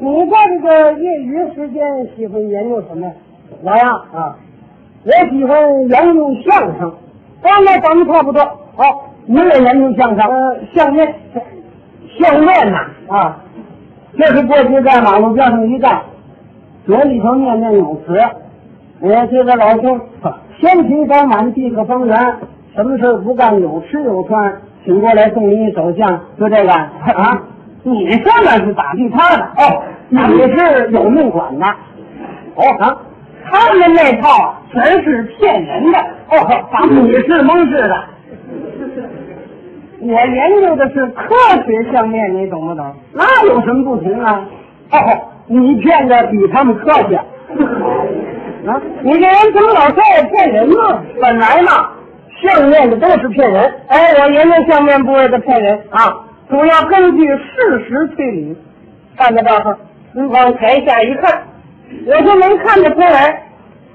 你在这个业余时间喜欢研究什么呀？我呀，啊，我喜欢研究相声。刚才咱们差不多。好，您也研究相声？呃，项链相面呐，啊，这是过去在马路边上一站，嘴里头念念有词。我这个老兄，天平丰满，地个方圆，什么事儿不干，有吃有穿，请过来送您一首相，就这个啊。你这个是咋地他的？哦，你是有命管的。哦啊，他们那套啊全是骗人的。哦，咱们你是蒙是的。我研究的是科学相面，你懂不懂？那有什么不行啊？哦，你骗的比他们客气。啊，你这人怎么老说我骗人呢？本来嘛，相面的都是骗人哎，我研究相面部位的骗人，啊。主要根据事实推理。站在这儿，你往台下一看，我就能看得出来，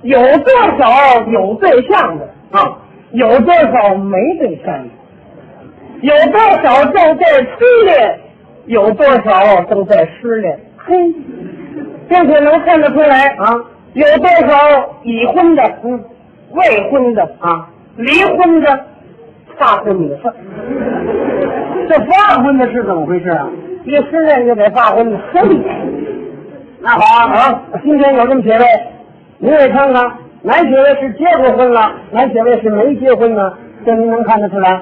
有对手有对象的啊，有对手没对象的，有对手正在激烈，有对手正在失恋。嘿，并且能看得出来啊，啊有对手已婚的，嗯，未婚的，啊，离婚的，大婚的。这发婚的是怎么回事啊？一失恋就得发婚了。那好啊，啊，今天有这么几位，您也看看，哪几位是结过婚了，哪几位是没结婚呢？这您能看得出来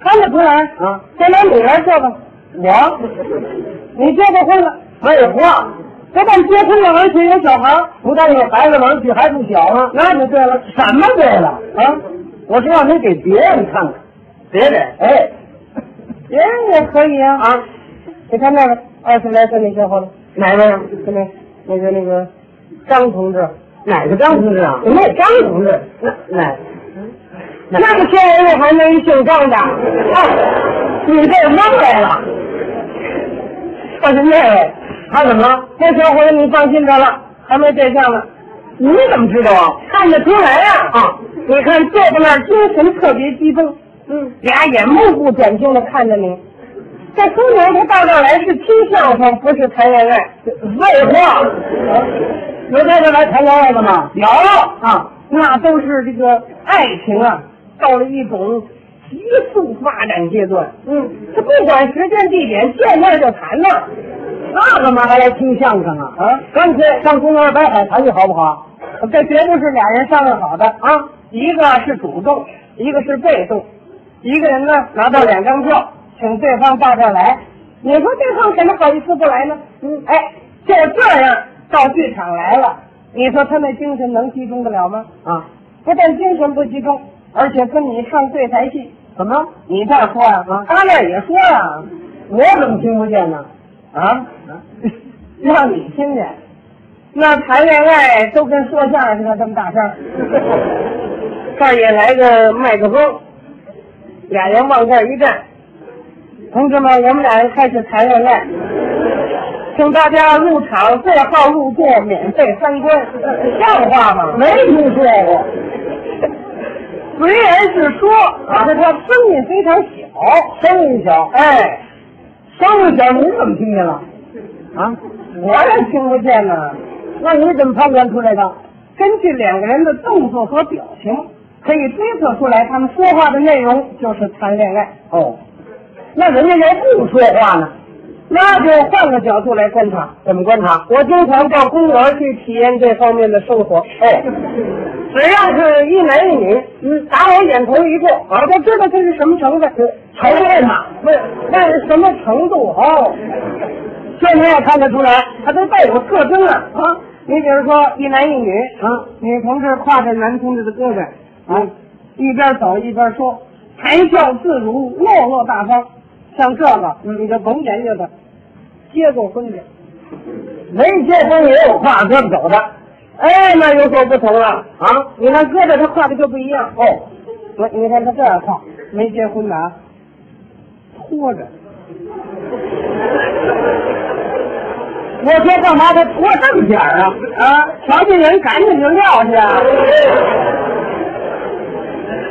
看得出来，啊？先拿你来说吧。我你结过婚了，废话，不但结婚了，而且有小孩儿，不但有孩子了，而且还不小呢。那就对了。什么对了啊？我是让你给别人看看，别人 哎别人也可以啊。啊，你看那个二十来岁那小伙子，哪位啊？就那那个那个张同志，哪个张同志啊？怎么有张同志？哪哪那个些人里还没一姓张的。哎，你这蒙来了，但是那位，他怎么了？那小伙子你放心得了，还没对象呢。你怎么知道啊？看得出来呀、啊！啊，你看坐在那儿，精神特别激动，嗯，俩眼目不转睛的看着你。这姑娘她到这儿来是听相声，不是谈恋爱。废话，有这个来谈恋爱的吗？有啊，那都是这个爱情啊，到了一种急速发展阶段。嗯，这不管时间地点，见面就谈呐。那干嘛还来听相声啊？啊，干脆上公园摆海谈去好不好？这绝不是俩人商量好的啊，一个是主动，一个是被动。一个人呢拿到两张票，请对方到这儿来，你说对方怎么好意思不来呢？嗯，哎，就这样到剧场来了，你说他那精神能集中得了吗？啊，不但精神不集中，而且跟你唱对台戏，怎么了？你这儿说呀、啊他那儿也说呀、啊，我怎么听不见呢？啊？ 让你听见。那谈恋爱都跟说相声似的，这么大声。这儿也来个麦克风，俩人往这儿一站。同志们，我们俩人开始谈恋爱，请大家入场，对号入座，免费参观，像话吗？没听说过。虽然是说，可是他声音非常小。声音小，哎，声音小，您怎么听见了？啊？我也听不见呢。那你怎么判断出来的？根据两个人的动作和表情，可以推测出来他们说话的内容就是谈恋爱。哦，那人家要不说话呢，那就换个角度来观察。怎么观察？我经常到公园去体验这方面的生活。哦哎，只要是一男一女，嗯，打我眼头一过，我就知道这是什么成分。承认呐，不是，那是什么程度哦？这您也看得出来它都带有特征了啊！你比如说一男一女，啊？女同志挎着男同志的胳膊，哎啊？一边走一边说，谈笑自如，落落大方。像这个，你就甭研究他，结过婚的。没结婚也有挎胳膊走的哎，那有所不同了。啊？你看胳膊他挎的就不一样。哦，我你看他这样挎，没结婚的啊，拖着。我说干嘛他拖这么点儿啊？啊，瞧见人赶紧就撂下，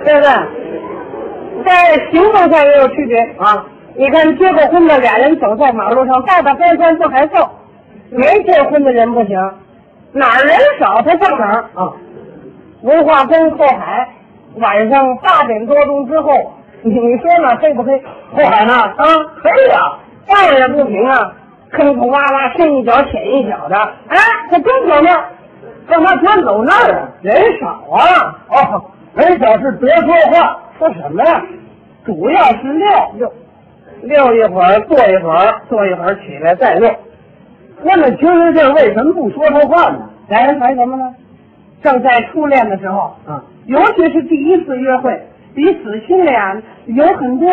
对不对？在行动上也有区别。啊，你看，结过婚的俩人走在马路上，大大方方不害臊，没结婚的人不行，哪儿人少他上哪儿。啊，文化宫后海，晚上八点多钟之后，你说那黑不黑？后海呢？啊，黑啊，当然不行啊，坑坑洼洼，深一脚浅一脚的。哎，这东小面儿，干嘛全走那儿啊？人少啊，哦，人少是别说话，说什么呀？主要是溜溜，溜一会儿，坐一会儿，坐一会儿起来再溜。那么情人这为什么不说说话呢？俩人谈什么呢？正在初恋的时候，啊，尤其是第一次约会，彼此心里啊有很多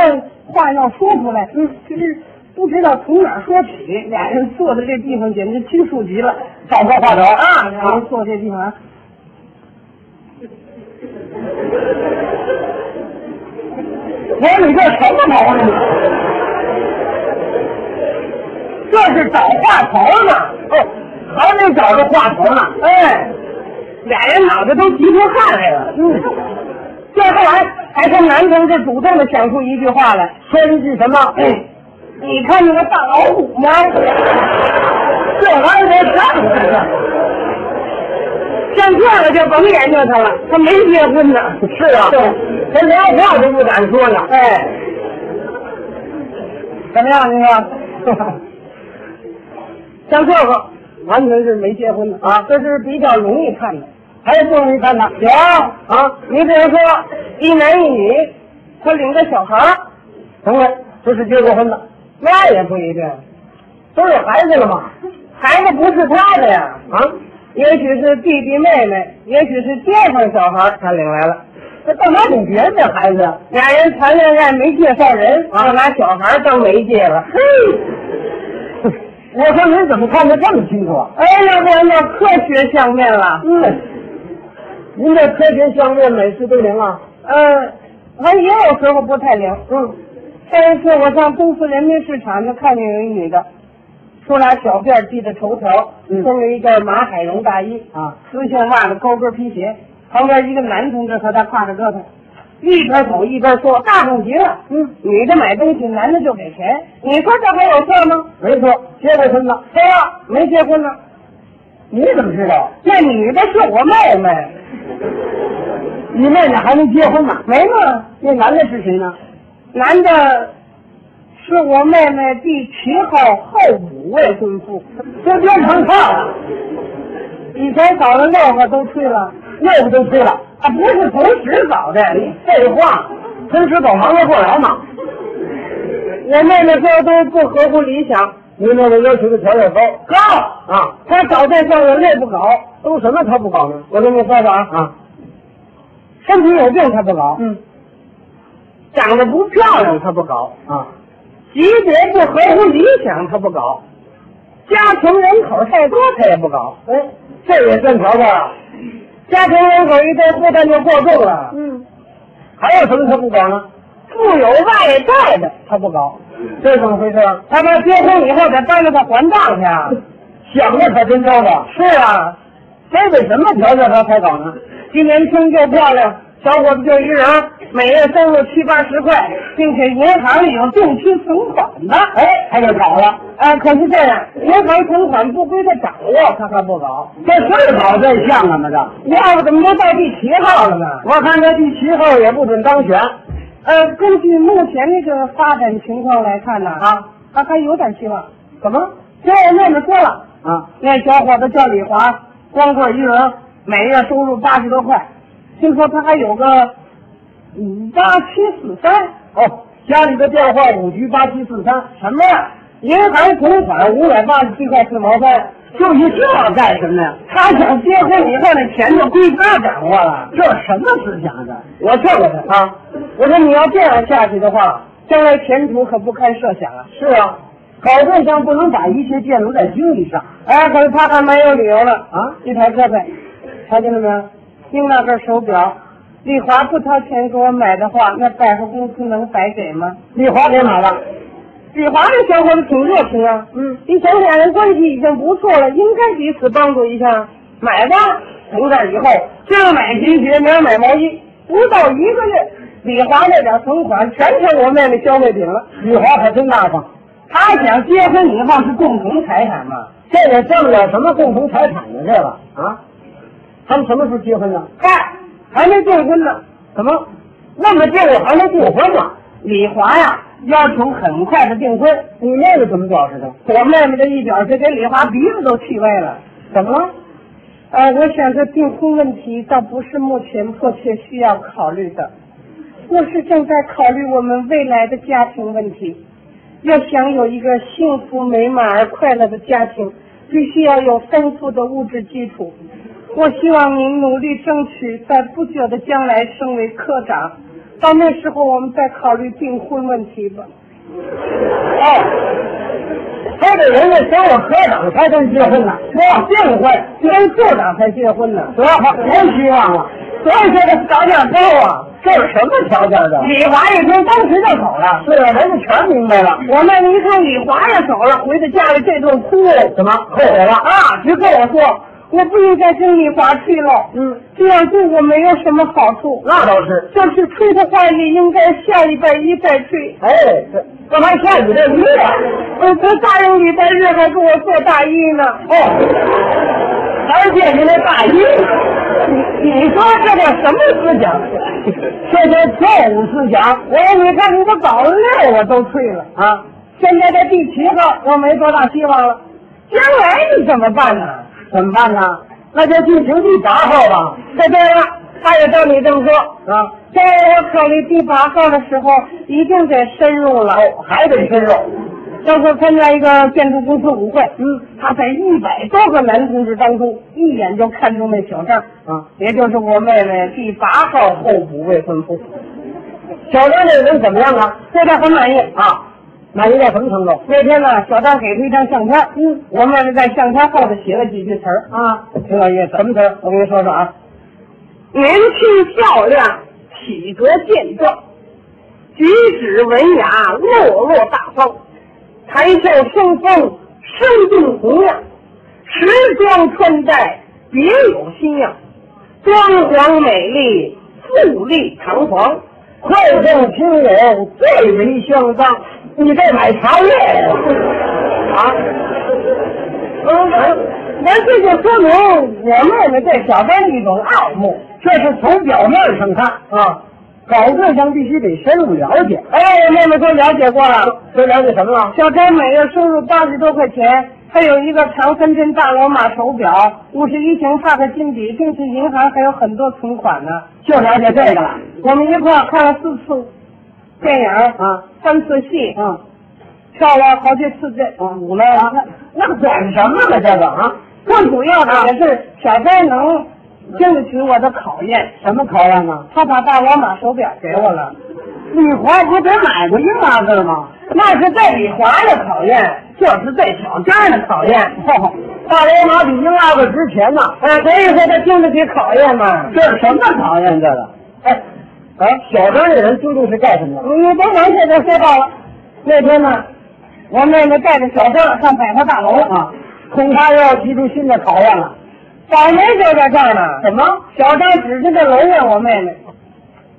话要说出来，嗯，就是不知道从哪儿说起。俩人坐在这地方简直拘束极了，少说话少啊，俩人坐这地方啊，我说你这什么毛病？啊这是找话头呢，哦，还没找着话头呢。哎，俩人脑袋都急出汗来了。嗯，这后来还从男同志主动的想出一句话来，说一句什么？嗯，你看那个大老虎吗？这玩意儿得干死他像这个就甭研究他了，他没结婚呢。 是啊，对他连话都不敢说呢。哎， 怎么样，您说？像这 个完全是没结婚的啊这是比较容易看的。还不容易看呢？有啊，你比如说一男一女，他领个小孩儿，成了，这是结过婚的，那也不一定，都有孩子了嘛？孩子不是他的呀，啊，也许是弟弟妹妹，也许是街坊小孩儿他领来了。这干嘛领别人的孩子呀？俩人谈恋爱没介绍人，啊就拿小孩儿当媒介了。嘿，我说您怎么看得这么清楚啊？哎，那不那科学相面了。嗯，您这科学相面每次都灵啊？嗯，反正也有时候不太灵。嗯，上一次我上东四人民市场就看见有一女的，梳俩小辫儿，系着绸条，嗯穿着一件马海绒大衣，啊，丝线袜子，高跟皮鞋。旁边一个男同志和她挎着胳膊，一边走一边说：“大众极了，嗯，女的买东西，男的就给钱。你说这还有错吗没错，结过婚了？”。对呀，没结婚呢。你怎么知道？那女的是我妹妹，你妹妹还没结婚呢。没嘛？那男的是谁呢？男的是我妹妹第七号后五位公夫，这变成他了，以前搞了六个都吹了。那个都吹了。啊，不是同时搞的，你废话，同时走忙得过来吗？我妹妹这都不合乎理想。你妹妹要求的条件高高，啊，她搞对象人类不搞，都什么他不搞呢？我跟你说说啊，啊，身体有病她不搞，嗯，长得不漂亮她不搞，啊，级别不合乎理想她不搞，家庭人口太多她也不搞，哎，这也算条件啊？嗯家庭人口一多负担就过重了。嗯，还有什么他不搞呢？富有外债的嗯她不搞，这怎么回事啊？他妈结婚以后得帮着她还账去 啊。想的可真高了，是啊，嗯非得什么条件他才搞呢？既年轻又漂亮，小伙子就一人儿，每月收入七八十块，并且银行里有定期存款的。哎，他就搞了，啊，可是这样，银行存款不归他掌握，他还不搞。这是搞对象了吗？这，要不怎么都到第七号了呢？我看这第七号也不准当选呃，根据目前这个发展情况来看呢，啊，啊？他还有点希望。怎么？听我妹妹说了，啊，那小伙子叫李华，光棍一人，每月收入八十多块，听说他还有个五八七四三。哦，家里的电话五局八七四三，什么呀？银行存款五百八十七块四毛三，就你这干什么呀？他想结婚以后那钱就归他掌握了。这什么思想啊？我劝过他啊，我说你要这样下去的话，将来前途可不堪设想啊。是啊，搞对象不能把一切建立在经济上哎，可是他还蛮有理由了。啊。一抬胳膊，瞧见了没有？听那个手表，丽华不掏钱给我买的话，那百货公司能白给吗？丽华给买了，李华这小伙子挺热情啊，嗯，你想俩人关系已经不错了，应该彼此帮助一下，买吧。从这以后，今儿买皮鞋，明儿买毛衣，不到一个月，李华那点存款全成我妹妹消费品了。丽华可真大方，他想结婚以后是共同财产嘛，这也挣不了什么共同财产呢，这个啊，他们什么时候结婚呢？嗨，还没订婚呢。怎么？那么这个还没订婚呢。李华呀，要求很快的订婚。你妹妹怎么表示的？我妹妹这一表示，给李华鼻子都气歪了。怎么了？呃，我想这订婚问题倒不是目前迫切需要考虑的，我是正在考虑我们未来的家庭问题。要想有一个幸福美满而快乐的家庭，必须要有丰富的物质基础。我希望您努力争取，在不久的将来升为科长，到那时候我们再考虑订婚问题吧。哎，他哦这人家跟我科长才跟结婚呢，我订婚，跟处长才结婚呢。得别希望了。所以说这条件高啊。这有什么条件的？李华一听，当时就走了。是啊，人家全明白了。我妹妹一看李华也走了，回到家里这顿哭怎么后悔了？啊，就跟我说，我不应该跟李华去了，嗯，这样对我没有什么好处。那倒是。就是去的话，也应该下礼拜一再去。哎，这干嘛下你这月啊？我这答应礼拜日还给我做大衣呢。哦，还见您那大衣？你你说这叫什么思想？这叫跳舞思想我说你看你这保六我都退了，啊！现在这第七个我没多大希望了，将来你怎么办呢？怎么办呢？那就进行第八号吧。这对了，他也照你这么说。啊，在我考虑第八号的时候，一定得深入了。哎，还得深入。上次参加一个建筑公司舞会，嗯，他在一百多个男同志当中，一眼就看中那小张，啊，也就是我妹妹第八号候补未婚夫，小张这个人怎么样啊？对他很满意啊，满意到什么程度？那天呢，小张给他一张相片，嗯，我妹妹在相片后头写了几句词儿，啊，挺有意思。什么词儿？我跟您说说啊。年轻漂亮，体格健壮，举止文雅，落落大方，谈笑生风，生动活跃，时装穿戴别有新样，装潢美丽，富丽堂皇。会众听友最为相当，你这买茶叶呀？啊，嗯，那这就说明我妹妹对小张的一种爱慕。这是从表面上看啊，搞对象必须得深入了解。哎，妹妹都了解过了。都了解什么了？小张每月收入八十多块钱，还有一个长三针大罗马手表、五十一型帕克金笔，并且银行还有很多存款呢。就了解这个了我们一块儿看了四次电影，啊三次戏，啊跳了好几次这啊舞了呀。那管什么呢？这个啊，更主要的也是小张能经得起我的考验，什么考验啊？他把大罗马手表给我了。李华不得买过一码子吗？那是对李华的考验，这是对小张的考验。大罗马比英拉子值钱呐、哦哎，所以说他经得起考验嘛。这是什么考验？这个，哎，哎，小张这人究竟是干什么的？你甭管现在说到了，那天呢，我妹妹带着小张上百货大楼啊，恐怕又要提出新的考验了。倒霉就在这儿呢。怎么？小张指着这楼问我妹妹：“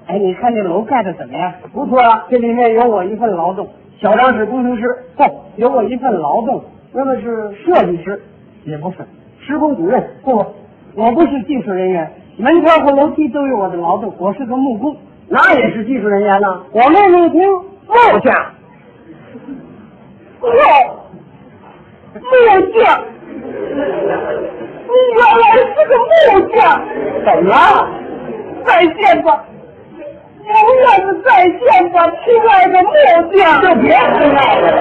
哎，你看这楼盖的怎么样？不错啊，这里面有我一份劳动，小张是工程师，哦，有我一份劳动，那么是设计师，也不是施工主任，不，我不是技术人员，门窗和楼梯都有我的劳动，我是个木工。”那也是技术人员呢。我妹妹一听，木匠，木木匠，哎你原来是个木匠，怎么了？再见吧，永远的再见吧，亲爱的木匠。就别无赖了。